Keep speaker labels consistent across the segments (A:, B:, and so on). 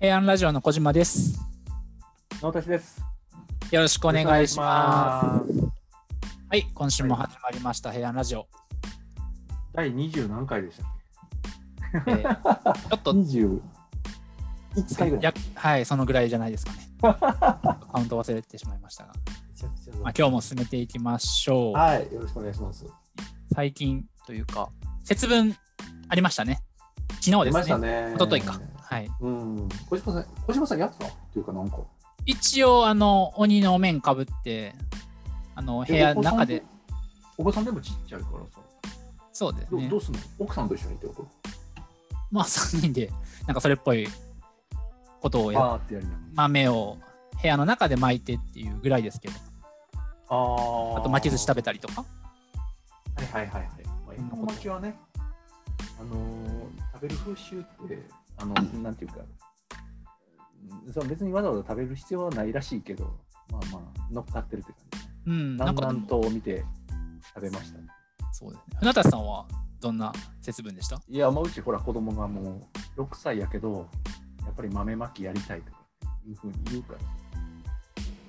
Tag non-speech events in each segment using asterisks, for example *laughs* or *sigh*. A: 平安ラジオの小島です。
B: のうたしです。
A: よろしくお願いします。
B: す。
A: はい、今週も始まりました、平安ラ
B: *laughs*
A: ジオ。
B: 第二十何回でしたっ
A: えーちょっ
B: け？
A: と
B: 二十一回ぐらい。
A: や、はい、そのぐらいじゃないです
B: *laughs*
A: かね。カウント忘れてしまいましたが、
B: めちゃくちゃ
A: まあ、今日も進めていきましょう。
B: はい、よろしくお願いします。
A: 最近というか、節分ありましたね。昨日
B: 出
A: で
B: ますした
A: ね。
B: ね。
A: 一昨日か。はい、
B: うん。小島さん、小島さんやったっていうかなんか。
A: 一応、あの、鬼のお面かぶって、あの、部屋の中で、。
B: お子さんでもちっちゃいからさ。
A: そうです
B: ど
A: ね
B: ど。うすんの？奥さんと一緒にってこ
A: まあ、3人で、なんかそれっぽいことを
B: と？
A: やっ
B: ーってやりながら。
A: 豆を部屋の中で巻いてっていうぐらいですけど、
B: ああ。
A: あと巻き寿司食べ
B: て。
A: たりとか、
B: はいはいはいはい。まあ、今の巻きはね、あのー食べる風習ってあのなんていうか、うんそう別にわざわざ食べる必要はないらしいけど、まあまあ乗っかってるって感じ。
A: うん、な
B: 南
A: んかでも
B: 南東を見て食べました。
A: そうですね。船田さんはどんな節分でした
B: いやまあうちほら子供がもう6歳やけど、やっぱり豆まきやりたいとかいうふうに言うから。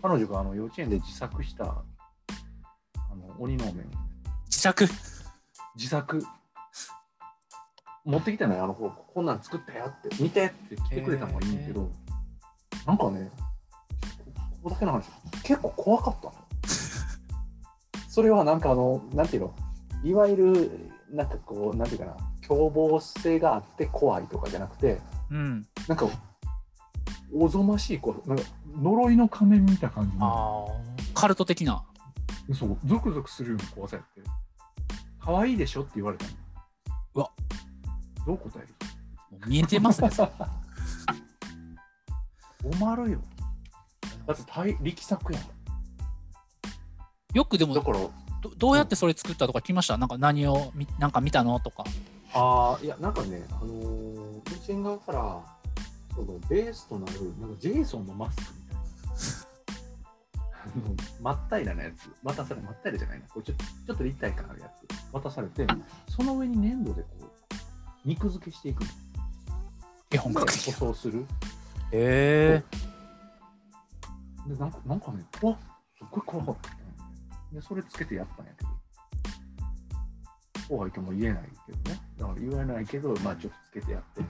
B: 彼女があの幼稚園で自作したあの鬼のお面
A: 自作
B: 自作持ってきてないあの子こんなん作ったよって見てって来てくれたのはいいんだけど、なんかねここだけの話結構怖かったのそれはなんかあのなんていうのいわゆるなんかこうなんていうかな凶暴性があって怖いとかじゃなくて
A: うん。
B: なんかおぞましいこうなんか呪いの仮面見た感じの
A: ああ。カルト的な。
B: そうゾクゾクするような怖さやって可愛いでしょって言われたの
A: うわ
B: どう答える
A: もう見えてます *laughs* ね。
B: 困るよだって大力作やん
A: よくでも
B: だから
A: ど、どうやってそれ作ったとか聞きましたなんか何を見、なんか見たのとか。
B: ああいやなんかねあのー、幼稚園側からそのベースとなるなんかジェイソンのマスクみたいなあの真っ平らなやつ渡され真っ平らじゃないなこうちょちょっと立体感あるやつ渡されてその上に粘土でこう肉付けしていくの
A: え、本格
B: で
A: *laughs* 的。
B: 塗装する
A: え
B: でなんかなんかね怖っすっごい怖かったねでそれつけてやったんやけど怖いとも言えないけどねだから言わないけどまあちょっとつけてやって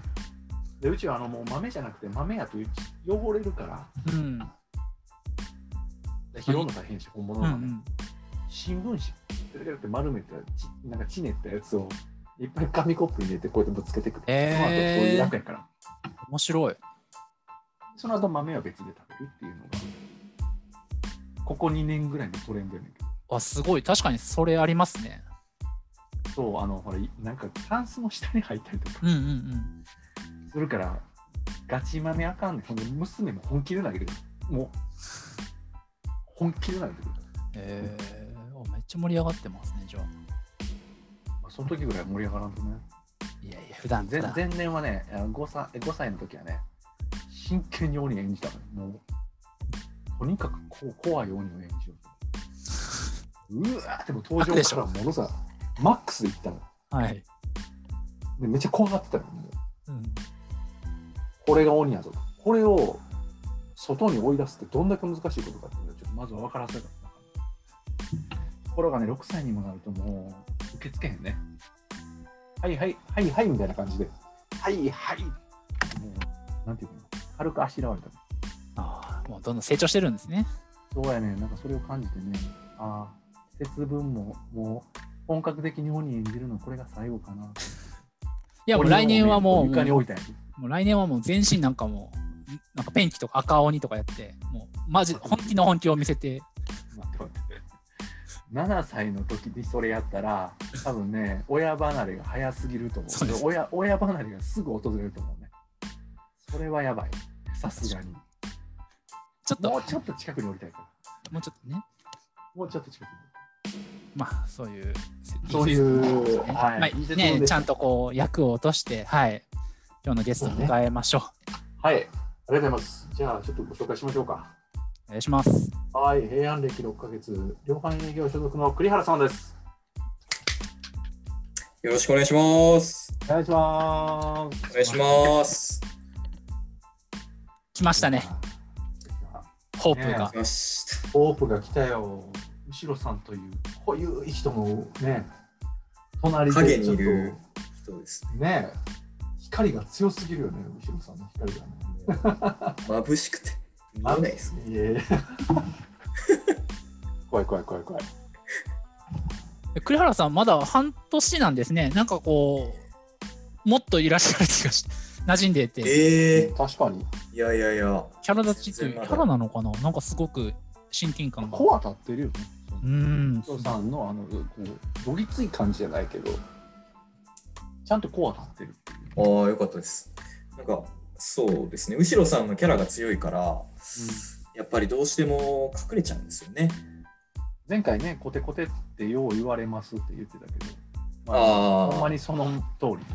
B: でうちはあのもう豆じゃなくて豆やとうち汚れるから
A: うん。
B: で拾うの大変し本物
A: うんう
B: の豆、
A: ん。
B: 新聞紙ペラペラって丸めたちなんかちねったやつをいっぱい紙コップに入れてこうやってぶつけてくる、
A: へー
B: その後そういう楽やから
A: 面白い。
B: その後豆は別で食べるっていうのがここ2年ぐらいのトレンドやねんけど
A: あ、すごい。確かにそれありますね。
B: そう、あの、ほら、いなんか、タンスの下に入ったりと
A: う
B: か
A: んうんうん。
B: するから、ガチマネあかんねん。ほんで、娘も本気で投げてくる。もう、本気で投げてくる。
A: ええめっちゃ盛り上がってますね、じゃあ。
B: まあ、その時ぐらいは盛り上がらんとね。
A: いやいや、普段
B: 前
A: 普段
B: 前年はね、あの 5, 歳え5歳の時はね、真剣に鬼演じたのよ。もう、とにかくこう怖い鬼を演じようと。うわーでも登場からものさ、マックスでいったの。
A: はい。
B: でめっちゃ怖がってたのよ。もう
A: うん。
B: これが鬼やぞこれを外に追い出すってどんだけ難しいことかっていうのをちょっとまずは分からせたかったところがね6歳にもなるともう受け付けへんねはいはいはいはいみたいな感じではいはいもうなんていうかな軽くあしらわれた
A: ああ、もうどんどん成長してるんですね。
B: そうやねなんかそれを感じてねああ節分ももう本格的に鬼演じるのこれが最後かない
A: や、もう来年はもう、
B: 床に置いたんや
A: もう来年はもう全身なんかもう、んなんかペンキとか赤鬼とかやって、もうマジ、本気の本気を見せて、
B: 待って待って7歳の時にそれやったら多分 *laughs* ね親離れが早すぎると思
A: そう
B: う
A: です
B: 親親離れがすぐ訪れると思うねそれはやばいさすがに
A: ちょっと、
B: も
A: も
B: うちょっと近くに降りたいから
A: うちょっとね、
B: もうちょっと近くに
A: まあそういう、
B: そういう
A: ね
B: はい
A: まあ
B: いい質問
A: ね、
B: です
A: ちゃんとこう、役を落として、はい、今日のゲストを迎えましょう。
B: はいありがとうございますじゃあちょっとご紹介しましょうか
A: お願いします。
B: はい平安歴6ヶ月量販営業所属の栗原さんです
C: よろしくお願いします。
B: お願いします
C: お願いします。
A: 来ましたね、ホープが
B: ね。
C: ました。
B: オープが来たよ。後ろさんという、こういう人もね、隣
C: 影
B: で
C: に
B: ちょ
C: い
B: っと
C: る人ですね。
B: ね、光が強すぎるよね、後ろさんの光がね。
C: 眩しくて。見えないですね。
B: いえいえ *laughs* 怖い怖い怖い怖い。
A: 栗原さん、まだ半年なんですね。なんかこう、もっといらっしゃる気がして、馴染んでて、
C: ええ
B: 確かに、
C: いやいやいや。
A: キャラ立ちっていう
C: 全然まだ
A: キャラなのかななんかすごく親近感が。
B: コア立ってるよね。そうの
A: ん、
B: 後ろさんのあの、こう、どぎつい感じじゃないけど、ちゃんとコア立ってる。
C: ああ、よかったです。なんか、そうですね。後ろさんのキャラが強いから、やっぱりどうしても隠れちゃうんですよね。
B: 前回ね、コテコテってよう言われますって言ってたけど、ま
C: ああ。
B: ほんまにその通り。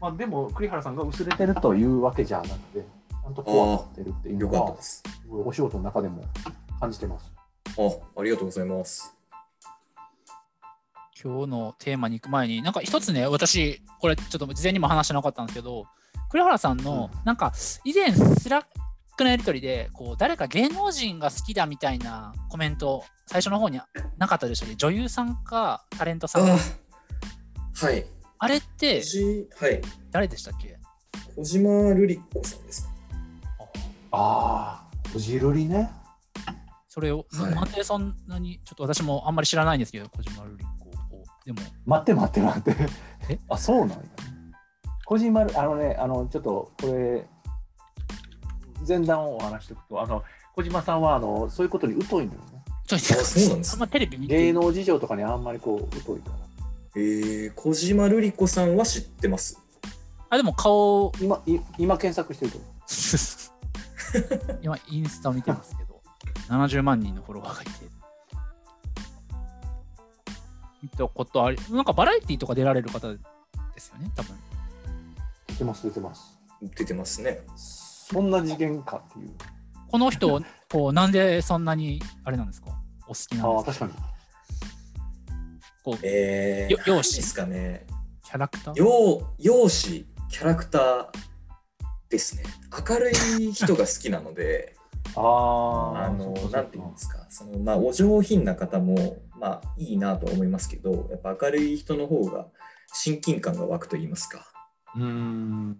B: まあでも、栗原さんが薄れてるというわけじゃなくて、ちゃんと怖がってるっていう
C: よ
B: の
C: かった
B: は
C: で、す。
B: すごいお仕事の中でも感じてます。
C: あ、ありがとうございます。
A: 今日のテーマに行く前に、なんか一つね、私、これちょっと事前にも話してなかったんですけど、栗原さんの、なんか以前、スラックのやり取りで、こう誰か芸能人が好きだみたいなコメント、最初の方になかったでしたっけ女優さんかタレントさんか
C: ああ、はい。
A: あれって
C: じはい。
A: 誰でしたっけ
C: 小島瑠璃子さんですか。
B: ああ、こじるりね。
A: それを、
C: はい
A: なんでそんなに、ちょっと私もあんまり知らないんですけど、小島瑠璃子を。でも、
B: 待って待って待って
A: え。
B: あ、そうなんや。こじまる、あのね、あの、ちょっとこれ、前段をお話しておくと、あの、小島さんは、あの、そういうことに疎いんだよね。
A: ちょっ
C: あそうなんです
A: あんまテレビ見て
B: 芸能事情とかにあんまりこう、疎いから。
C: えー、小島瑠璃子さんは知ってます。
A: あ、でも顔、 *laughs*
B: 今、い今検索してるけど。
A: 今、インスタを見てますけど、70万人のフォロワーがいて。見たことあり、なんかバラエティーとか出られる方ですよね、多分。
B: 出てます、出てます。
C: 出てますね。
B: そんな次元かっていう。
A: この *laughs* 人を、こう、なんでそんなに、あれなんですかお好きなん
B: ああ、
A: ですか
B: 確かに。
A: こう、
C: え
A: よ
C: ー、
A: 容
C: 何で
A: 姿
C: すかね。
A: キャラクター
C: 容容姿、キャラクターですね。明るい人が好きなので。
B: あ *laughs* あ、
C: あの
B: そうかそうか
C: なんて言うんですか、そのまあ、お上品な方も、まあ、いいなとは思いますけど、やっぱ明るい人の方が親近感が湧くと言いますか。
B: うーん。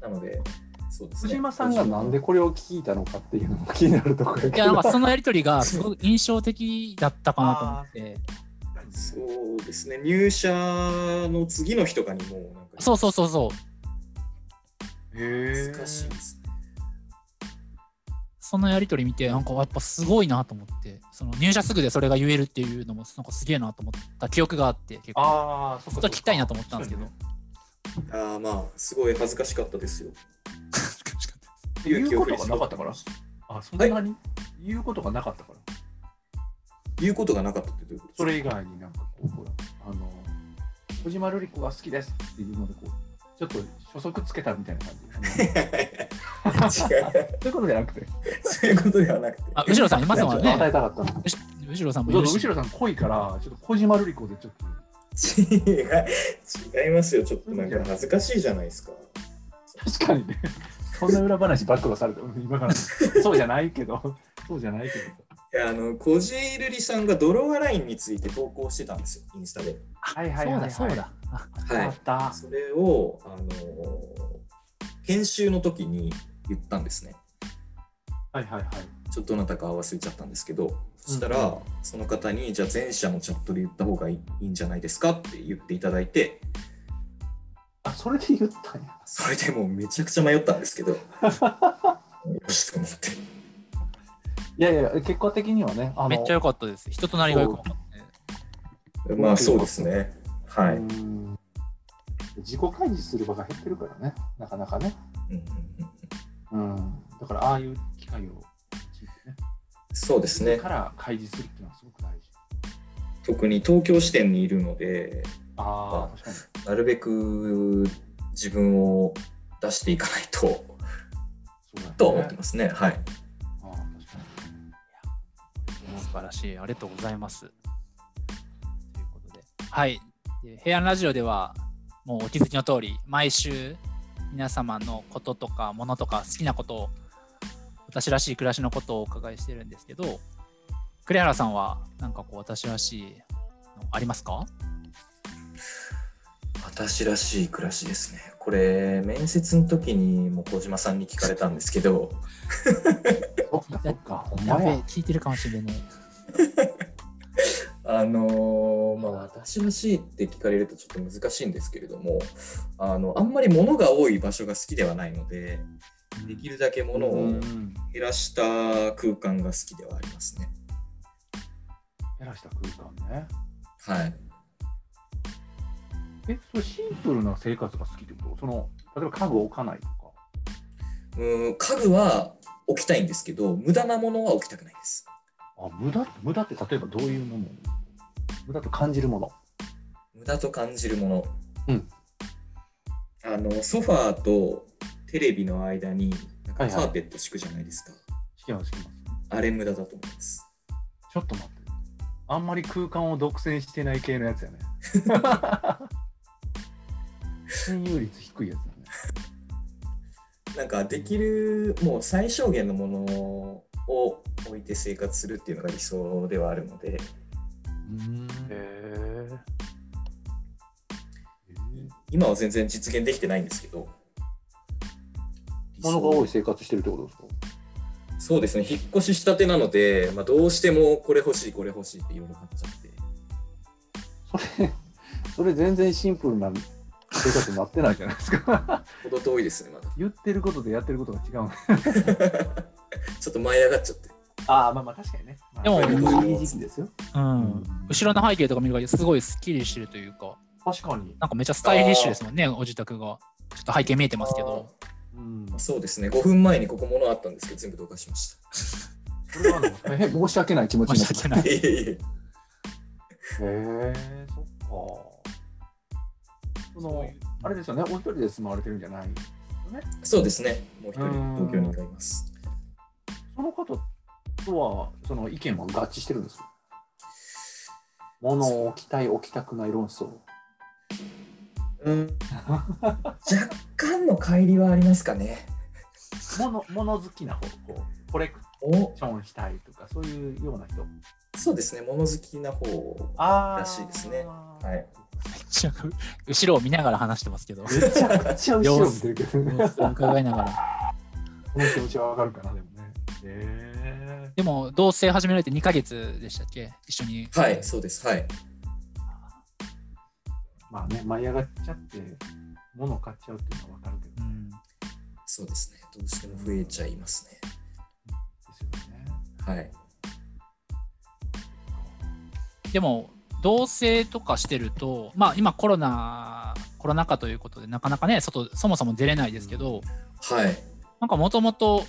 C: なので、そうですね。
B: 藤間さんがなんでこれを聞いたのかっていうのも気になるところや
A: い
B: け
A: や、なん
B: ど
A: かそのやりとりがすごく印象的だったかなと思って。
C: そうですね、入社の次の日とかにもうなんか、
A: そうそうそうそう。
B: へ
C: 難しいですね。
A: そのやり取り見て、なんかやっぱすごいなと思って、その入社すぐでそれが言えるっていうのも、なんかすげえなと思った記憶があって、結構、
B: ああ、そ
A: ずっと聞きたいなと思ったんですけど。
C: ああまあ、すごい恥ずかしかったです
A: *laughs*
C: よ。って
B: 言
C: いう記
B: うこ
C: 憶
B: と
C: に
B: が
C: し
B: な
C: よう
B: かったから。あ、そんなに、
C: は
B: 言うことがなかったから。
C: 言うことがなかったってどういうことです
B: それ以外になんかこう、ほら、あの、小島瑠璃子が好きですっていうので、こう、ちょっと初速つけたみたいな感 *laughs* じ。
C: か *laughs* 違う、
B: そういうことじゃなくて。
C: そういうことではなくて。
A: あ、後ろさんいますもん
B: ちょっと与
A: ね。
B: えたかったの。
A: うし後ろさんもい
B: そう
A: る
B: そう
A: し
B: 後。ろさん濃いから、ちょっと小島瑠璃子でちょっと。
C: 違う違いますよ、ちょっとなんか恥ずかしいじゃないですか。
B: 確かにね。そんな裏話暴露されても、今から。そうじゃないけど、そうじゃないけど。
C: いやあの、こじるりさんがドロワラインについて投稿してたんですよ、インスタで。
B: はいはいはい、
A: そうだそ
B: はい。
A: うだ。あ
C: は
B: あった
C: い。。それを、あのー研修の時に言ったんですね。
B: はいはいはい。
C: ちょっとどなたか忘れちゃったんですけど、そしたら、その方に、じゃあ前者もチャットで言った方がいいいいんじゃないですかって言っていただいて、
B: あ、それで言ったんや。
C: それでもうめちゃくちゃ迷ったんです
A: *laughs*
C: けど、よしと思って。
B: いやいや、結果的にはね、あの、
A: めっちゃ良かったです。人となりが良かった。
C: まあそうですね。はい。
B: う
C: うん
B: ーん自己開示する場が減ってるからね、なかなかね。
C: うんうん
B: うん。だから、ああいう機会を用いてね、
C: そうですね
B: か。ら開示するっていうのはすごく大事。
C: 特に東京支店にいるので、
B: ああ、
C: あ
B: 確かに。
C: なるべく自分を出していかないと *laughs*
B: そうだね
C: とは思ってますね。は
B: あ
C: い。
B: あ、確か
A: 素晴らしい。ありがとうございます。ということで。はい。で平安ラジオでは、もうお気づきの通り、毎週皆様のこととかものとか好きなことを私らしい暮らしのことをお伺いしてるんですけど栗原さんはなんかこう私らしいのありますか
C: 私らしい暮らしですね。これ、面接の時にもう小島さんに聞かれたんですけ *laughs* ど、
B: そっかそっか、お
A: やべえ
B: 前や。
A: 聞いてるかもしれない。
C: あのーまあ、私らしいって聞かれるとちょっと難しいんですけれども、あのあんまり物が多い場所が好きではないので、できるだけ物
B: う
C: を
B: ん
C: 減らした空間が好きではありますね。
B: 減らした空間ね。
C: はい。
B: え、それシンプルな生活が好きってことその、例えば家具を置かないとか。
C: うん家具は置きたいんですけど、無駄なものは置きたくないです。
B: あ、無駄無駄って例えばどういうもの無駄と感じるもの。
C: 無駄と感じるもの、
B: うん
C: あのソファーとテレビの間になん
B: は
C: か
B: いは
C: カ
B: い
C: ーペット敷くじゃないですか、
B: 好きなの好きなの
C: あれ無駄だと思います
B: ちょっと待って。あんまり空間を独占してない系のやつ *laughs* やね。占有率低いやつだね。
C: なんかできるもう最小限のものを置いて生活するっていうのが理想ではあるので
B: へえ。
C: 今は全然実現できてないんですけど
B: 物が多い生活してるってことですか
C: そうですね引っ越ししたてなので、まあ、どうしてもこれ欲しいこれ欲しいっていろいろ買っちゃって
B: それ、それ全然シンプルな生活になってないじゃないです *laughs* か。
C: 程遠いですねまだ
B: 言ってることとやってることが違うね。
C: *laughs* ちょっと舞い上がっちゃって
B: ああ、まあまあ確かにね。まあ
A: でも
B: いい時期ですよ。
A: うん、後ろの背景とか見る限りすごいスッキリしてるというか
B: 確かに。
A: なんかめっちゃスタイリッシュですもんねお自宅がちょっと背景見えてますけど
B: うん。
C: そうですね、5分前にここ物あったんですけど、全部どかしまし
B: それはあ *laughs* の大変申し訳ない気持ち
A: 申
B: にな
A: し
B: って
A: 訳な
B: へ
A: い *laughs*
C: た。いえいえ
B: え、そっか。その、あれですよね、お一人で住まわれてるんじゃない。
C: *laughs* そうですね、もう一人
B: うん、
C: 東京にいます。
B: その方とは、その意見は合致してるんですか物を置きたい、置きたくない論争。
C: うん、若干の乖離はありますかね。
B: 物物好きな方、こうコレク
C: お
B: ションしたいとか、そういうような人。
C: そうですね、物好きな方
B: あ
C: らしいですね
B: は
C: はい。
A: めっちゃ後ろを見ながら話してますけど
B: めちゃくちゃ後ろ見てるけどね。
A: 伺いながら
B: この気持ちはわかるかな、でもね。へ
A: でも同棲始められて2ヶ月でしたっけ一緒に
C: はい、そうです。はい。
B: まあね、舞い上がっちゃって、物を買っちゃうっていうのはわかるけど。
A: うん
C: そうですね、どうしても増えちゃいますね。
B: ですよね。
C: はい。
A: でも同棲とかしてるとまあ今コロナコロナ禍ということでなかなかね外そもそも出れないですけど、
C: はい。
A: なんかもともと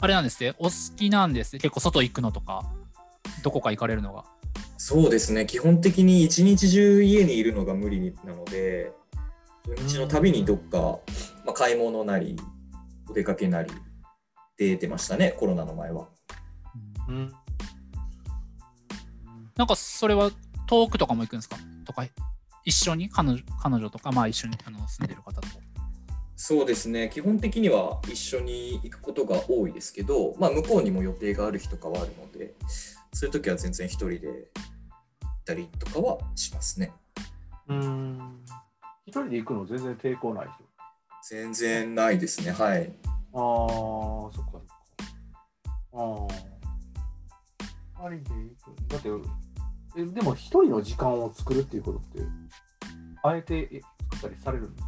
A: あれなんですねお好きなんですね結構外行くのとかどこか行かれるのが
C: そうですね、基本的に一日中家にいるのが無理なので、土日のたびにどっか、まあ、買い物なり、お出かけなり、出てましたね、コロナの前は。
B: うん。
A: なんかそれは遠くとかも行くんですかとか一緒に彼女彼女とかまあ一緒にあの住んでる方と
C: そうですね、基本的には一緒に行くことが多いですけど、まあ、向こうにも予定がある日とかはあるので、そういう時は全然一人で行ったりとかはしますね。
B: うん。一人で行くの全然抵抗ない人。
C: 全然ないですね、はい。
B: ああ、そっかそっか。ああ。二人で行く。だって、えでも一人の時間を作るっていうことって、あえてえ作ったりされるんです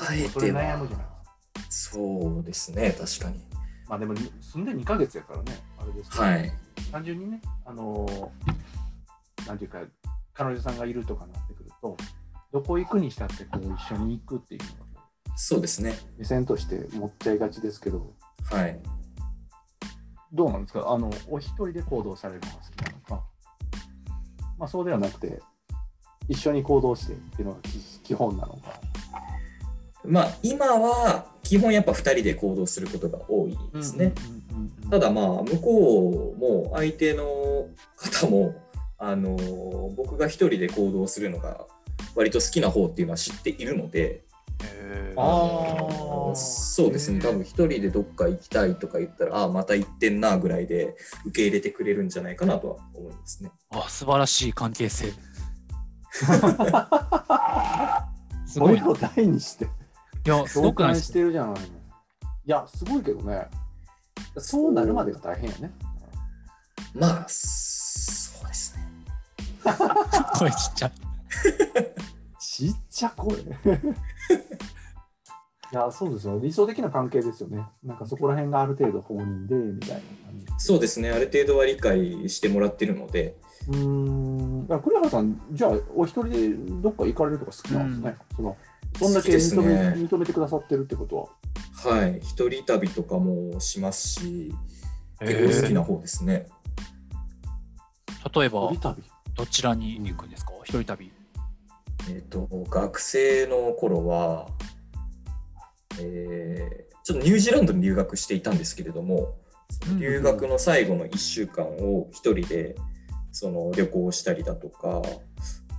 C: あえ
B: それ
C: て
B: 悩む
C: は
B: じゃ、ないですか。
C: そうですね、確かに。
B: まあでも、住んで2ヶ月やからね、あれですけど
C: はい。
B: 単純にね、あのーなんていうか、彼女さんがいるとかなってくると、どこ行くにしたってこう一緒に行くっていうのが、
C: そうですね、
B: 目線として持っちゃいがちですけど、
C: はい。
B: どうなんですかあの、お一人で行動されるのが好きなのか、まあそうではなくて、一緒に行動してっていうのが基基本なのか。
C: まあ、今は基本やっぱ2人で行動することが多いですね。
B: うんうんうんうん。
C: ただまあ向こうも相手の方も、あの僕が1人で行動するのが割と好きな方っていうのは知っているので
A: へー
B: あー
C: そうですね、多分一人でどっか行きたいとか言ったら、ああ、また行ってんなぐらいで受け入れてくれるんじゃないかなとは思いますね。
A: あ素晴らしい関係 *laughs* 性。す
B: そ
A: ごい
B: れ
A: な。
B: を大にして
A: いや、すご
B: 共
A: くない
B: 感
A: で
B: し
A: す
B: てるじゃないのいやすごいけどねそうなるまでが大変やね
C: まあ、そうですね。
A: か。声ちっちゃい。
B: ちっちゃ *laughs* これいやそうですよ理想的な関係ですよねなんかそこら辺がある程度放任でみたいな感じ
C: そうですね、ある程度は理解してもらってるので、
B: うーんだから栗原さん、じゃあ、お一人でどっか行かれるとか好きなんですね。そのそんだけ
C: 好きです
B: 認
C: ね
B: め,、認めてくださってるってことは。
C: はい、一人旅とかもしますし、結構好き
A: 例
C: な方ですね。
A: えば
B: 一、人旅
A: どちらに行くんですか一人旅。
C: えっ、と、学生の頃は、えーちょっとニュージーランドに留学していたんですけれども、その留学の最後の1週間を一人でその旅行したりだとか、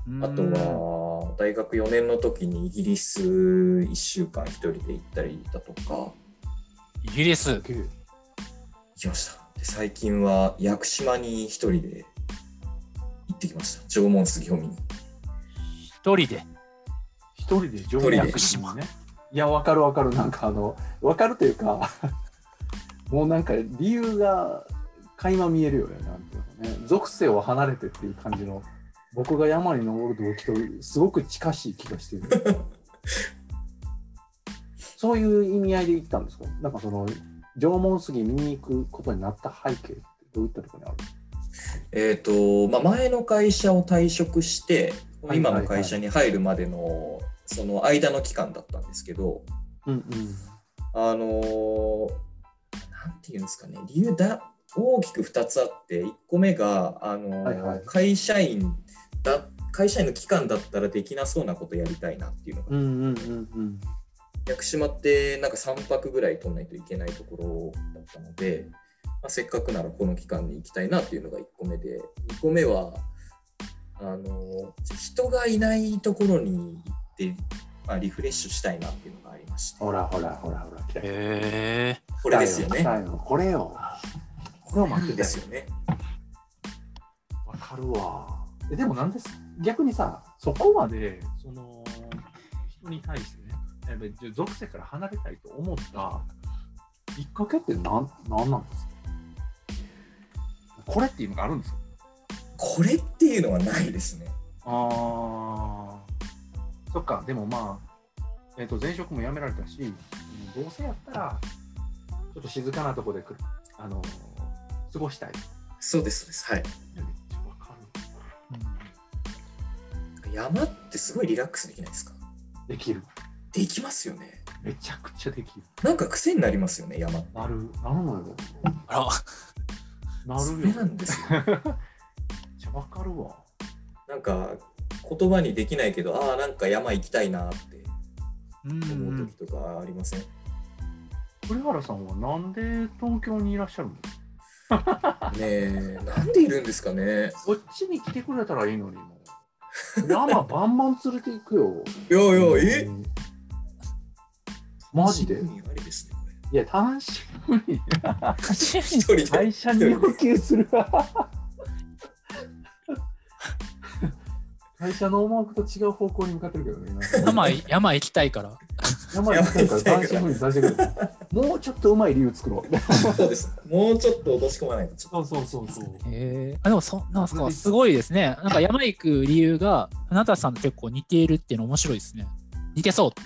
A: うん
C: あと、は大学4年の時にイギリス1週間一人で行ったりだとか、
A: イギリス。
C: 行きました。で最近は屋久島に一人で行ってきました。縄文杉を見に。
A: 一人で。
B: 一人で上
C: 一人で
B: 陸しね。いや、わかるわかる。なんかあの、わかるというか、 *laughs* もうなんか理由が垣間見えるよね。なんていうのね。属性を離れてっていう感じの、僕が山に登る動機とすごく近しい気がして *laughs* る。そういう意味合いで行ったんですかなんかその、縄文杉見に行くことになった背景ってどういったところにある
C: えっ、と、まあ、前の会社を退職して、
B: はい
C: 今の会社に入るまでのその間の期間だったんですけど、
B: うんうん。
C: あのーなんていうんですかね、理由だ大きく2つあって、1個目が、あのー
B: はいはい
C: 会社員だ会社員の期間だったらできなそうなことやりたいなっていうのが、
B: うんうんうんうん。
C: 屋久島ってなんか3泊ぐらい取んないといけないところだったので、まあ、せっかくならこの期間に行きたいなっていうのが1個目で2個目はあの人がいないところに行って、まあ、リフレッシュしたいなっていうのがありまして
B: ほらほらほらほら、来た来た
A: へえ。
C: これですよ
B: 来
C: ね
B: たよこれよ。これを待ってた
C: で
B: よ
C: す。よね
B: わかるわ。えでもなんです逆にさ、そこまでその人に対してね、やっぱり属性から離れたいと思ったきっかけってなんなんなんですかこれっていうのがあるんですよ。
C: これっていうのはないですね
B: ああ、そっか、でもまあ、えっと前職も辞められたし、うんどうせやったら、ちょっと静かなとこでくるあの過ごしたい。
C: そうですそうですはい
B: めっちゃわか
C: 山ってすごいリラックスできないですか
B: る。できる。
C: できますよね
B: めちゃくちゃできる。
C: なんか癖になりますよね山
B: なる、なるのよ。
A: あら、
B: な
C: そ
B: る
C: れ
B: よ。
C: なんですよ
B: めっちゃわかるわ。
C: なんか言葉にできないけどああなんか山行きたいなって
A: う。
C: 思うん時とかありません、
B: 栗原さんはなんで東京にいらっしゃるの
C: ねえなんでいるんですかね
B: こっちに来てくれたらいいのにもう。山バンバン連れて行く
C: *laughs*
B: よ。
C: いやいや、え
B: うんマジで
C: 意味ありですねこれ
B: いや、単身に *laughs*
C: 一人で
B: 会社に要求す *laughs* るわ。会社の思惑と違う方向に向かってるけどね。
C: *laughs*
A: *laughs* 山
B: 今
A: へ、山へ行きたいから。
B: 山に行きたいから単身赴任させてくれ。もうちょっとうまい理由作ろう。
C: そうですもうちょっと落とし込まないとちょっ
B: そうそうそうそう。
A: へえ。あ、でも、そ、なんすか、すごいですね。なんか山行く理由が、船田さんと結構似ているっていうの面白いですね。似てそう。
C: と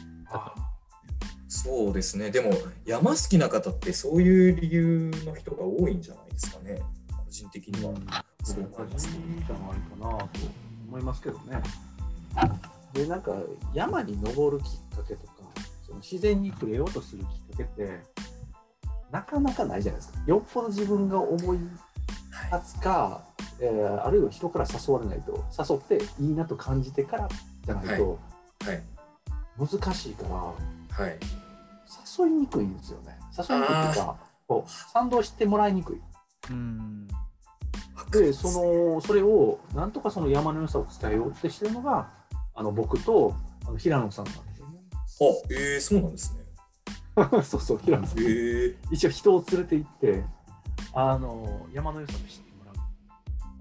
C: そうですねでも山好きな方ってそういう理由の人が多いんじゃないですかね個人的には、そう思いますね
B: じゃないかなと思いますけどね。でなんか山に登るきっかけとかその自然に触れようとするきっかけってなかなかないじゃないですか。よっぽど自分が思い立つか、えーあるいは人から誘われないと誘っていいなと感じてからじゃないと
C: はい
B: 難しいから、
C: はい
B: 誘いにくいんですよね。誘いにくいっていうかこう賛同してもらいにくい。
A: うん。
B: でそのそれをなんとかその山の良さを伝えようってしてるのがあの僕とあの平野さんなんですよね。
C: ほえー、そうなんですね。
B: *laughs* そうそう、平野さん
C: え。ー、
B: 一応人を連れて行って、あの、山の良さを知ってもら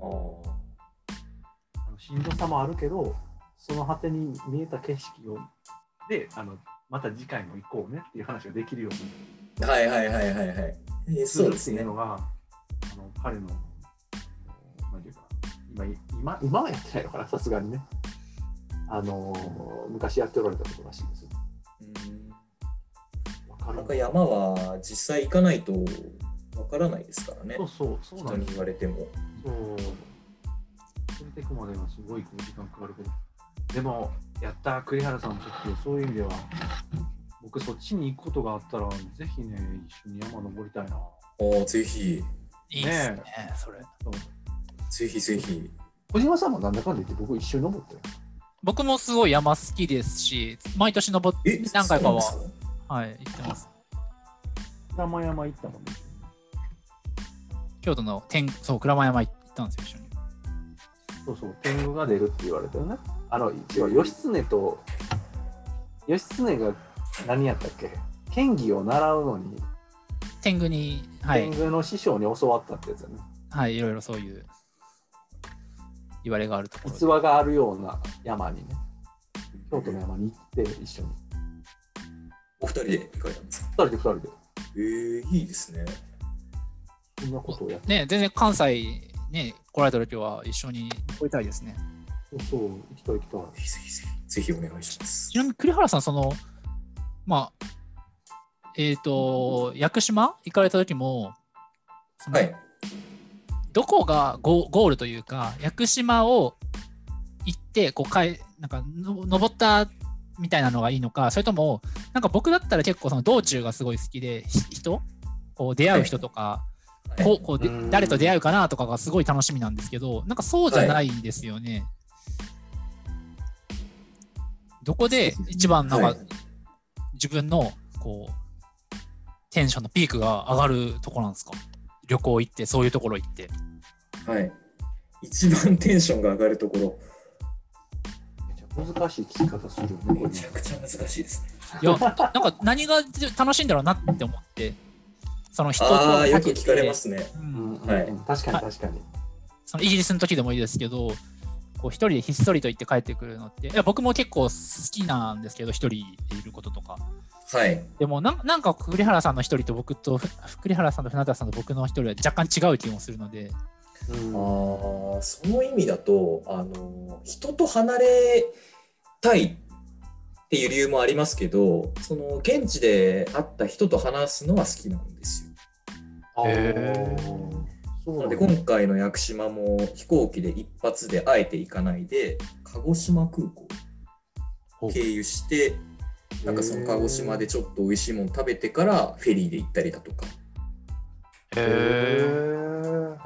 B: う。
C: ああ。
B: あのしんどさもあるけど、その果てに見えた景色を、で、あの、また次回も行こうねっていう話ができるように
C: はいはいはいはいはい。えー
B: す
C: そう
B: る
C: で
B: って
C: す
B: い
C: ね
B: う。のが、あの彼の、なんていうかな、今、今今はやってないのかな、さすがにね。あの昔やっておられたことらしいですよ。
C: うん
B: わか
C: なんか
B: る
C: 山は実際行かないとわからないですからね
B: そう。そう、そうな
C: 人
B: ん
C: に
B: です
C: 言われても。
B: そう。連れていくまでがすごい時間かかるけど。でも、やった、栗原さんの時そういう意味では、僕そっちに行くことがあったら、ぜひね、一緒に山登りたいな。
C: ああ、ぜひ、
A: いいですね
B: ね
A: それ。
C: ぜひぜひ。
B: 小島さんもなんだかんだ言って僕一緒に登ってる。
A: 僕もすごい山好きですし、毎年登って何回かは、
C: そうなんですか
A: はい、行ってます。
B: 山山行ったもんね。
A: 京都の天そう鞍馬山行ったんですよ、一緒に。
B: そうそう、天狗が出るって言われたよね。あの、一応、義経と、義経が何やったっけ剣技を習うのに、
A: 天狗に、はい
B: 天、狗の師匠に教わったってやつよね。
A: はい、いろいろそういう言われがあるところ
B: 逸
A: で。
B: 話があるような山にね、京都の山に行って一緒に。
C: お二人で行かれたんですか
B: 二人で二人で、
C: えー、いいですね。
B: そんなことをやって。
A: ね、全然関西ね、来られた時は一緒に行りたいですね。
B: そうそう、行きたい行きたい。
C: ぜひぜひぜひ。ぜひお願いします
A: ち。なみに栗原さん、その、まあ、えっ、と、屋久島行かれた時も、その
C: はい。
A: どこがゴゴールというか、屋久島を行って、こうかいなんかの、登ったみたいなのがいいのか、それとも、なんか僕だったら結構、その道中がすごい好きで、ひ人、こう出会う人とか、
C: はい
A: こうこうで
B: うん
A: 誰と出会うかなとかがすごい楽しみなんですけど、なんかそうじゃないですよね。どこで一番なん
C: は
A: か
C: い
A: 自分のこうテンションのピークが上がるとこなんですか旅行行って、そういうところ行って。
C: はい。一番テンションが上がるところ、
B: めっちゃ難しい聞き方するよね、こ
C: め
B: れ
C: ちゃくちゃ難しいですね。
A: い
C: *laughs*
A: や、なんか何が楽しいんだろうなって思って、その人と
C: ああ、よ
A: か
C: く
A: け
C: 聞かれま
A: て、
C: すね。
A: う
B: うんんうんうん
C: はい
B: 確かに確かに。
A: そのイギリスの時でもいいですけど、こう一人でひっそりと行って帰ってくるのって、いや僕も結構好きなんですけど、一人でいることとか。
C: はい。
A: でもなん、なんか栗原さんの一人と僕と、ふ栗原さんと船田さんと僕の一人は若干違う気もするので、
B: うん
C: ああその意味だとあの人と離れたいっていう理由もありますけどその現地で会った人と話すのは好きなんですよ。
B: あー
A: へー
B: そう
C: な
B: な
C: の
B: ん
C: で
B: だ
C: 今回の屋久島も飛行機で一発であえて行かないで鹿児島空港
A: ほう
C: 経由してなんかその鹿児島でちょっと美味しいもの食べてからフェリーで行ったりだとか
B: へ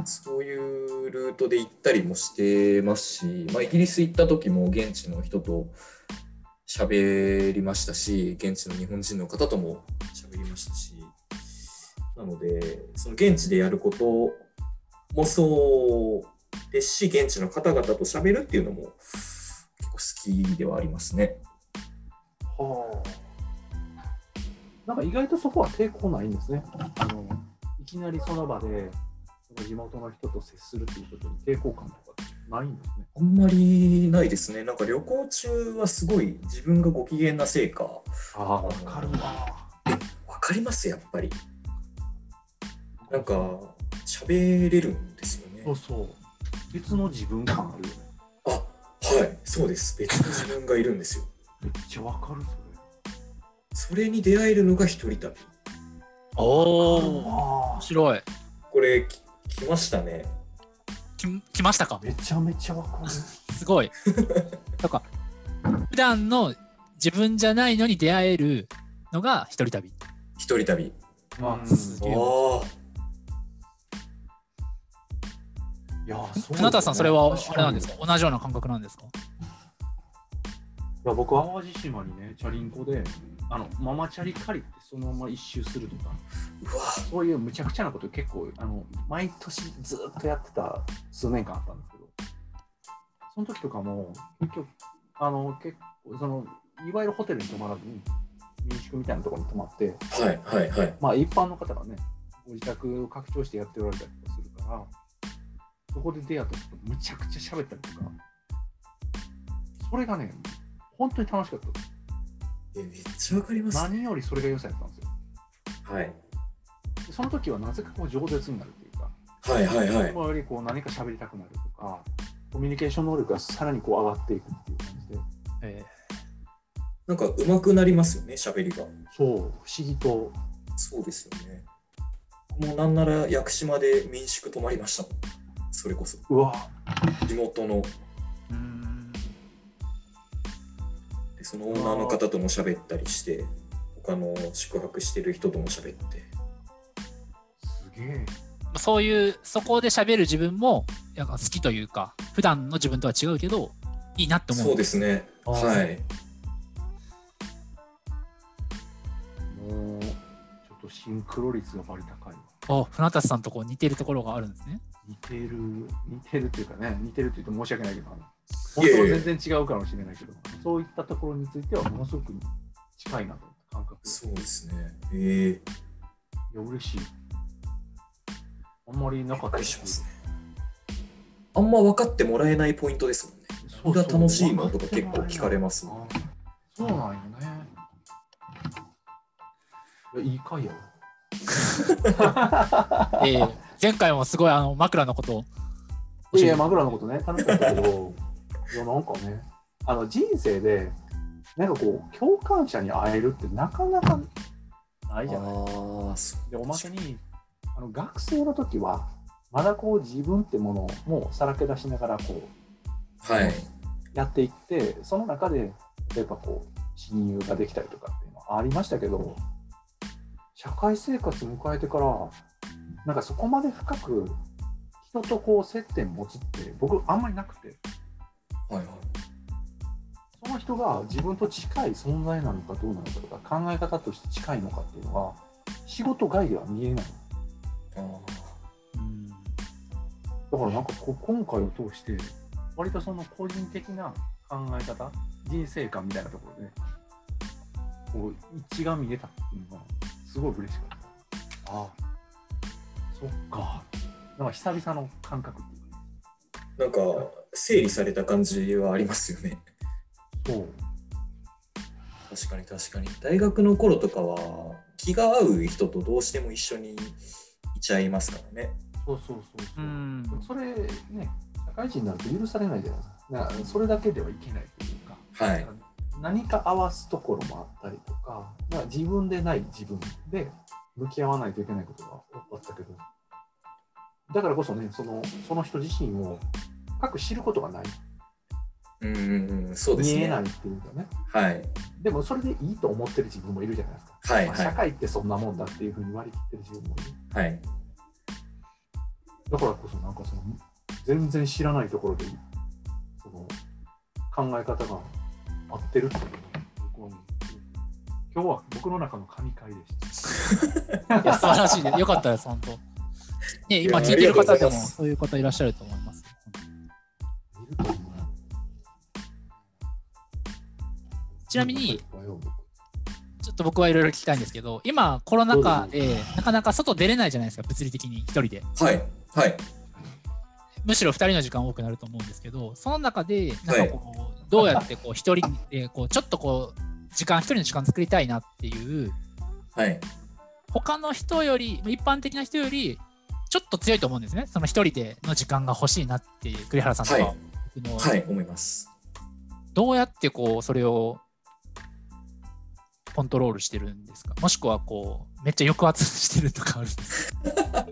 C: そういうルートで行ったりもしてますし、まあ、イギリス行った時も現地の人と喋りましたし現地の日本人の方とも喋りましたしなのでその現地でやることもそうですし現地の方々と喋るっていうのも結構好きではありますね。
B: ーはあ。なんか意外とそこは抵抗ないんですね。あのいきなりその場でその地元の人と接するっていうことに抵抗感とかないんですね。
C: あんまりないですね。なんか旅行中はすごい自分がご機嫌なせいか、わ
B: ああ、わかるわ。
C: かりますやっぱり。なんか喋れるんですよね。
B: そうそう。別の自分感あるよね。
C: あはいそうです別の自分がいるんですよ。
B: めっちゃわかる *laughs* それ。
C: それに出会えるのが一人旅。
A: お面
B: ああ、
A: 白い。
C: これき来ましたね。
A: き来ましたか
B: めちゃめちゃわかる。
A: すご
C: *laughs*
A: い。なんか、普段の自分じゃないのに出会えるのが一人旅。
C: 一人旅。
B: あ
A: うん
B: す
A: げえ
C: あ
B: いやー、そう
A: 船田さん、それはあれなんです
B: か
A: か同じような感覚なんですか
B: いや僕は淡路島にねチャリンコであのママチャリ借りてそのまま一周するとか
C: ーうわ
B: そういうむちゃくちゃなこと結構あの毎年ずっとやってた数年間あったんですけどその時とかも結局あの結構そのいわゆるホテルに泊まらずに民宿みたいなところに泊まって、
C: はいはいはい。
B: まあ一般の方がね、ご自宅を拡張してやっておられたりとかするから、そこで出会った人とむちゃくちゃ喋ったりとか、それがね、本当に楽しかった。
C: えめっちゃわかります。
B: 何よりそれが良さやったんですよ。
C: はい
B: でその時はなぜかこう饒舌になるというか、
C: はいはいはい
B: そ。こよりこう何か喋りたくなるとか、コミュニケーション能力がさらにこう上がっていくっていう感じで、
A: え
C: なんか上手くなりますよね、喋りが。
B: そう、不思議と、
C: そうですよね。もうなんなら屋久島で民宿泊まりましたもん。それこそ。
B: うわ、
C: 地元の、
A: ーうーん
C: でそのオーナーの方とも喋ったりして、他の宿泊してる人とも喋って。
B: すげえ。
A: そういうそこで喋る自分もなんか好きというか普段の自分とは違うけどいいなって思う
C: そうですね。
B: あー
C: はい。
B: もう、ちょっとシンクロ率がバリ高いわ。
A: お船達さんとこう似てるところがあるんです
C: *laughs*
A: ね
B: 似てる、似てるっていうかね、似てるって言うと申し訳ないけど、あの
C: い
B: 本
C: やい
B: 当
C: や
B: はい
C: や
B: 全然違うかもしれないけど、そういったところについてはものすごく近いなと思った感覚。
C: そうですね。ええ
B: いや、嬉しい。あんまりなか
C: び
B: っ
C: っ
B: た
C: くりしますね。あんま分かってもらえないポイントですもんね。
B: そ
C: こ
B: うそう
C: れが楽しいものとか結構聞かれますも
B: あ
C: ん。
B: そうなんよね。いや、いい回やわ。
A: ええ前回もすごいあの枕のことを
B: いやいや、枕のことね、楽しかったけど、いや、なんかね、あの人生で、なんかこう、共感者に会えるってなかなかないじゃない
C: ああ、そう。
B: でおまけにあの学生の時はまだこう自分ってものをもうさらけ出しながらこ
C: はい。
B: うやっていってその中で例えばこう親友ができたりとかっていうのはありましたけど社会生活迎えてからなんかそこまで深く人とこう接点持ちって僕あんまりなくて
C: はいはい。
B: その人が自分と近い存在なのかどうなのかとか考え方として近いのかっていうのは仕事外では見えない
C: あ
A: うん
B: だからなんかこ今回を通して割とその個人的な考え方人生観みたいなところでこう一致が見えたっていうのがすごい嬉しかったああそっかなんか久々の感覚っていうか
C: ーなんか整理された感じはありますよね。
B: そう
C: 確かに確かに。大学の頃とかは気が合う人とどうしても一緒にいちゃいますからね。
B: そうそうそう
A: う
B: そ
A: ん
B: それね社会人になると許されないじゃないですかだからそれだけではいけないというか
C: はい。
B: 何か合わすところもあったりとかだから自分でない自分で向き合わないといけないことが多かったけどだからこそねそのその人自身を深く知ることがない、
C: うんうんうん、そうですね。
B: 見えないっていうかね
C: はい。
B: でもそれでいいと思ってる自分もいるじゃないですか、
C: はい
B: まあ
C: は
B: 社
C: い。
B: 会ってそんなもんだっていうふうに割り切ってる自分もいる
C: はい。
B: だからこそなんかその全然知らないところでその考え方が合ってるっていうのが僕はもう今日は僕の中の神回でした。
A: いや素晴らしいですよかったです本当ね今
C: いや
A: 聞いてる
C: あ
A: 方
C: りがと
A: で
C: うござ
A: も
C: います
A: そういう方いらっしゃると思います
B: いると思う
A: ちなみに、
B: おはよう僕
A: ちょっと僕はいろいろ聞きたいんですけど今コロナ禍でなかなか外出れないじゃないですか物理的に一人で
C: はい。はい。
A: むしろ2人の時間多くなると思うんですけどその中でなんかこう、どうやってこう1人でこうちょっとこう時間1人の時間作りたいなっていう
C: はい。
A: 他の人より一般的な人よりちょっと強いと思うんですねその1人での時間が欲しいなっていう栗原さんと
C: は
A: か
C: い
A: は僕の、
C: はい。思います。
A: どうやってこうそれをコントロールしてるんですかもしくはこうめっちゃ抑圧してるとかあるんですか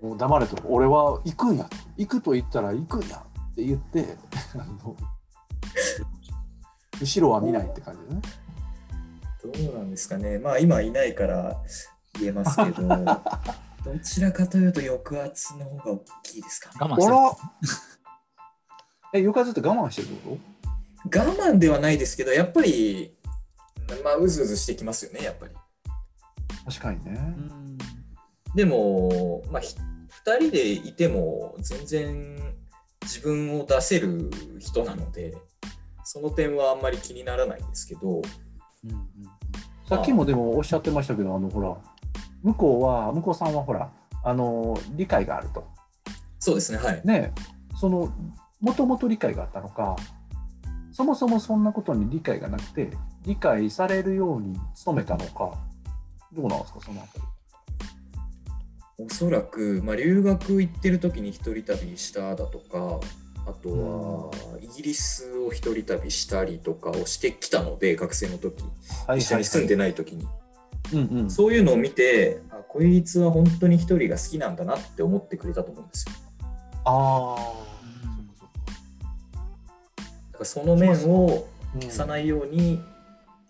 B: もう黙れと俺は行くんやと行くと言ったら行くんやって言ってあの後ろは見ないって感じだね
C: どうなんですかね。まあ今いないから言えますけ *laughs* ど、どちらかというと抑圧の方が大きいですかね。
A: 我慢してる
B: あ
A: *laughs*
B: らえ床ずっと我慢してるってこ
C: 我慢ではないですけど、やっぱり、まあうずうずしてきますよね、やっぱり。
B: と確かにね
A: うん
C: でも、まあ、ひ2人でいても全然自分を出せる人なのでその点はあんまり気にならないんですけど
A: うんうん
B: さっきもでもおっしゃってましたけど、あのほら、向こうは、向こうさんはほら、あの理解があると。
C: そうですね、はい。
B: ねえその、もともと理解があったのか、そもそもそんなことに理解がなくて、理解されるように努めたのか、どうなんですか、そのあたり。
C: おそらく、まあ、留学行ってる時に一人旅しただとか、あとは、イギリスを一人旅したりとかをしてきたので、学生の時、
B: は
C: 一緒に住んでない時に。
B: うんうん。
C: そういうのを見て、あこいつは本当に一人が好きなんだなって思ってくれたと思うんですよ。
B: あ
A: うん
C: だからその面を
B: あ。
C: 消さないように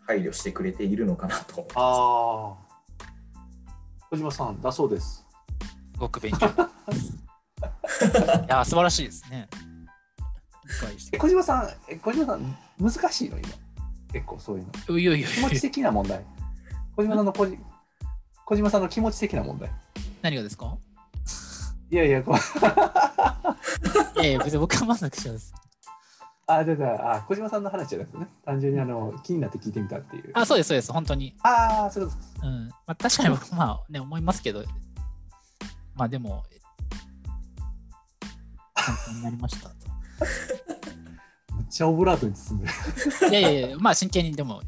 C: 配慮してくれているのかなと。
B: ああ。小島さん、だそうです。
A: すごく勉強。 *laughs* いや、素晴らしいですね。理解して
B: え。小島さん、え小島さん、難しいの、今。結構そういうの。
A: いやいやいや
B: 気持ち的な問
C: *laughs*
B: 題。小島さんのこじ小島さんの気持ち的な問題。
A: 何がですか
B: いやいや、こう
A: いやいや、別に僕は満足してます。
B: あ、じゃあじゃああ、小島さんの話じゃなくてね、単純にあの気になって聞いてみたっていう。
A: あ、そうです、そうです、本当に。
B: ああ、そうです。
A: うん。まあ、確かに *laughs* 僕、まあね、思いますけど、まあでも、参考になりましたと。
B: めっちゃオブラートに包んでる。
A: いやいやいや、まあ真剣に、でも、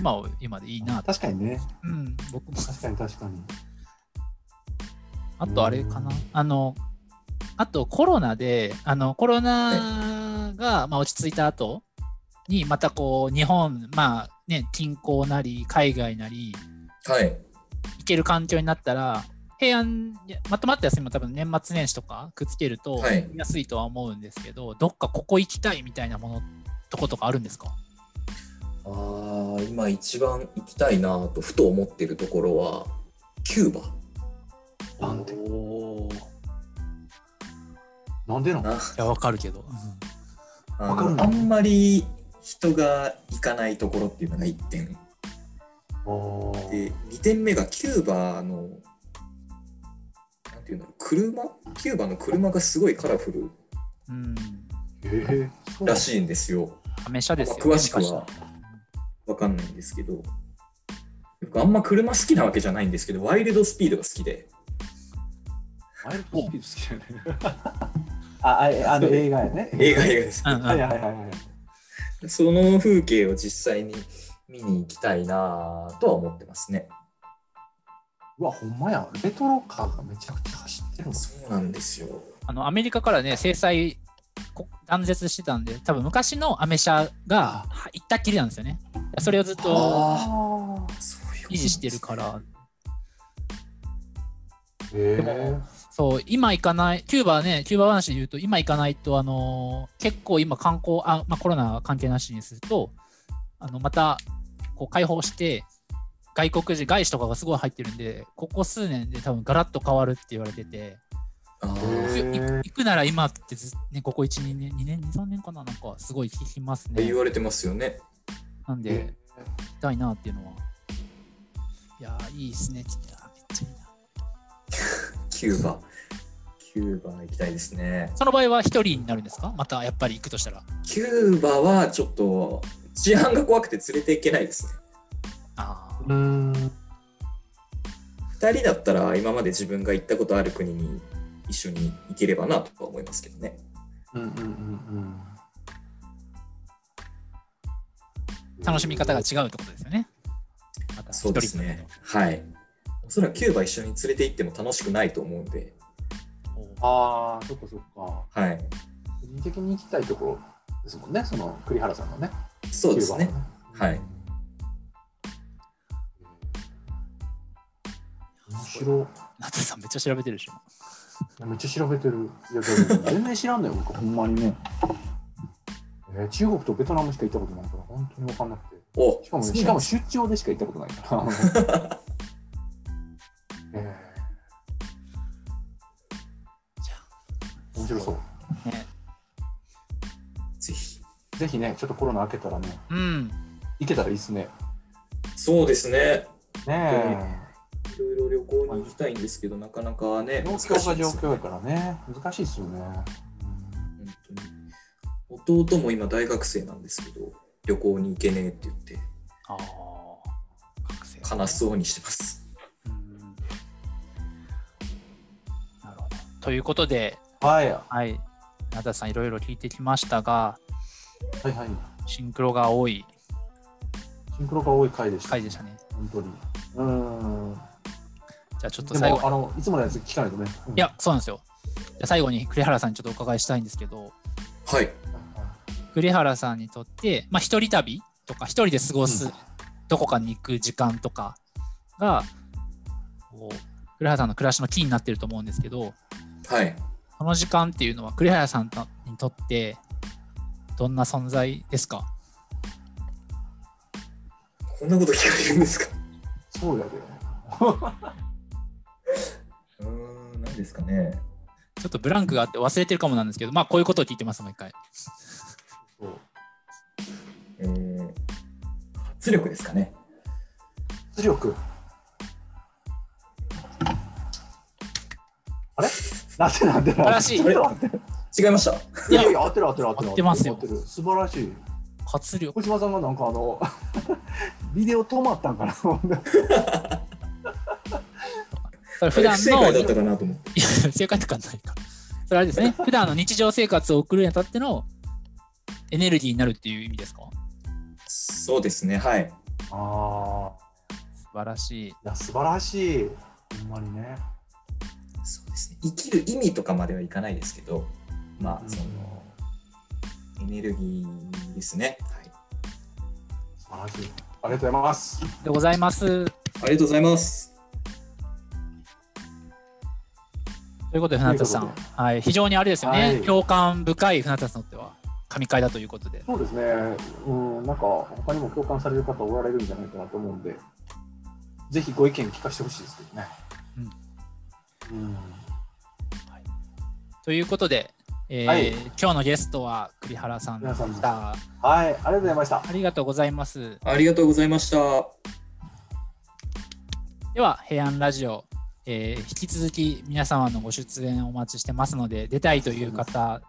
A: 今を今でいいなと。
B: 確かにね、
A: うん、僕も。
B: 確かに確かに。
A: あとあれかな
B: うん、
A: あの、あとコロナで、あのコロナがまあ落ち着いた後に、またこう、日本、まあね、近郊なり、海外なり、
C: はい。
A: 行ける環境になったら、平安、いやまとまった休みも多分年末年始とかくっつけると、
C: はい
A: 見やすいとは思うんですけど、どっかここ行きたいみたいなものとことかあるんですか
C: ああ、今一番行きたいなとふと思ってるところは、キューバ。
B: なんで
A: おーい
B: なんでなの
C: な
A: や、わかるけど。うん
C: あ
B: わかる
C: のあんまり人が行かないところっていうのが1点。
B: おー
C: で、2点目がキューバの、なんていうんだろう、車キューバの車がすごいカラフル
A: うん、
B: えー、そう
C: らしいんですよ。
A: アメ車ですよ、ね。
C: 詳しくは
A: 昔の
C: わかんないんですけど、僕あんま車好きなわけじゃないんですけど、ワイルドスピードが好きで、
B: ワイルドスピード好きだよね。 *laughs* あ、あえあの映画やね。
C: 映画映
A: *laughs*
C: 画です。
A: うんうん
B: はいはいはいはい。
C: その風景を実際に見に行きたいなぁとは思ってますね。
B: うわ、ほんまや。レトロカーがめちゃくちゃ走ってるもん。
C: そうなんですよ。
A: あのアメリカからね制裁こ断絶してたんで多分昔のアメ車がは行ったっきりなんですよねそれをずっと
B: あ
C: そういうことなんですね
A: 維持してるから
B: ーへえ
A: そう今行かないキューバはねキューバ話で言うと今行かないとあのー結構今観光あ、まあ、コロナ関係なしにするとあのまたこう解放して外国人外資とかがすごい入ってるんでここ数年で多分ガラッと変わるって言われてて。
C: あ
B: へ
C: ー
B: ー
A: い行くなら今ってず、ね、ここ1、2年、2年、2、3年かな、なんかすごい聞きますね。
C: 言われてますよね。
A: なんで、行きたいなっていうのは。いやー、いいですね。いやーめっちゃいいな。
C: キューバ。キューバ行きたいですね。
A: その場合は一人になるんですかまたやっぱり行くとしたら。
C: キューバはちょっと治安が怖くて連れて行けないですね。
A: あ
B: うーん。
C: 2人だったら今まで自分が行ったことある国に一緒に行ければなとは思いますけどね。
B: うんうんうんうん。
A: あ、楽しみ方が違うってことですよね。また一
C: そう
A: 人
C: ですね。はい。おそらくキューバ一緒に連れて行っても楽しくないと思うんで、
A: になると。
B: ああ、そっかそっか。
C: はい。
B: 個人的に行きたいところですもんね、その栗原さんのね。
C: そうですね
B: キュー。バの
C: はい。
B: 面白
A: ナツさんめっちゃ調べてるでしょ。
B: い。めっちゃ調べてる。いや、でも全然知らんのよ、僕、ほんまにね。えー中国とベトナムしか行ったことないから、本当に分かんなくて。
C: お
B: しかも、
C: そう
B: ね、しかも出張でしか行ったことないから。
C: *laughs*
B: え
A: じゃ
B: ー、面白そ
A: あ、ね。
C: ぜひ。
B: う。ぜひね、ちょっとコロナ明けたらね、
A: うん。
B: 行けたらいいっすね。
C: そうですね。
B: ね
C: いろいろ旅行に行きたいんですけど、なかなかね
B: え。、状
C: 難しい
B: 況が
C: で
B: 状
C: すね
B: 況やからね、難しいっすよね。
C: 本当に弟も今大学生なんですけど、旅行に行けねえって言って、
A: ああ。
C: 悲しそうにしてます。
A: うんなるほど。ということで、
B: はい。は
A: はい、なださんいろいろ聞いてきましたが、
B: いはい。
A: シンクロが多い
B: シンクロが多い回でした。
A: 回でしたね。
B: 本当に。うーん。
A: じゃあちょっと
B: で
A: 最後
B: も、あの、いつものやつ聞かないとね。う
A: い
B: ん
A: や、そうなんですよ。じゃあ最後に栗原さんにちょっとお伺いしたいんですけど、
C: はい。
A: 栗原さんにとって、まあ、一人旅とか、一人で過ごす、
B: うん
A: どこかに行く時間とかが、こう栗原さんの暮らしのキーになってると思うんですけど、
C: はい。
A: この時間っていうのは栗原さんにとって、どんな存在ですか
C: こんなこと聞かれるんですか
B: そうやで。
C: うーん、何ですかね。
A: ちょっとブランクがあって忘れてるかもなんですけど、まあこういうことを聞いてます、もう一回。
B: そう。
C: えー、活力ですかね。
B: 出力。あれなんでなんでなんで
A: 新しい
B: 合ってる
C: 違いました。
B: いやいや、合ってる合ってる合ってる。
A: 合ってますよ
B: 合ってる素晴らしい。
A: 活力。
B: 小島さんがなんかあの、 *laughs* ビデオ止まったんかな。 *laughs*
A: それ普段
C: *laughs* 不正
A: の
C: 解だったかなと思って。
A: いや、正解とかないか。それあれです
B: *laughs*
A: ね、普段の日常生活を送るにあたってのエネルギーになるっていう意味ですか
C: そうですね、はい。
B: ああ、
A: 素晴らしい。
B: いや、素晴らしい。ほんまにね。
C: そうですね。生きる意味とかまではいかないですけど、ま
B: う
C: あ、
B: ん
C: その、エネルギーですね。はい。
B: 素晴らしい。ありがとうございます。
A: でございます。と
C: ありがとうございます。
A: いうことで、船田さ
B: とい
A: ん
B: うこ、
A: はい、非常にあれですよね、
B: はい
A: 共感深い船田さんにとっては、神回だということで、
B: そうですね。うん、なんか他にも共感される方おられるんじゃないかなと思うんで、ぜひご意見聞かせてほしいですけどね。うん。
A: ということで、えー
B: はい
A: 今日のゲストは栗原さんで
B: 栗
A: し
B: 原
A: た。あ
B: はい、ありがとうございました。
A: りがとうございます。
C: ありがとうございました。
A: では平安ラジオ、えー引き続き皆様のご出演お待ちしてますので出たいという方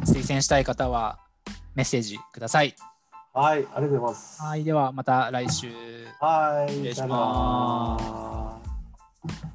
A: 推薦したい方はメッセージください
B: はい、ありがとうございます。
A: はいではまた来週
B: はい、
A: 失礼します
B: じゃあな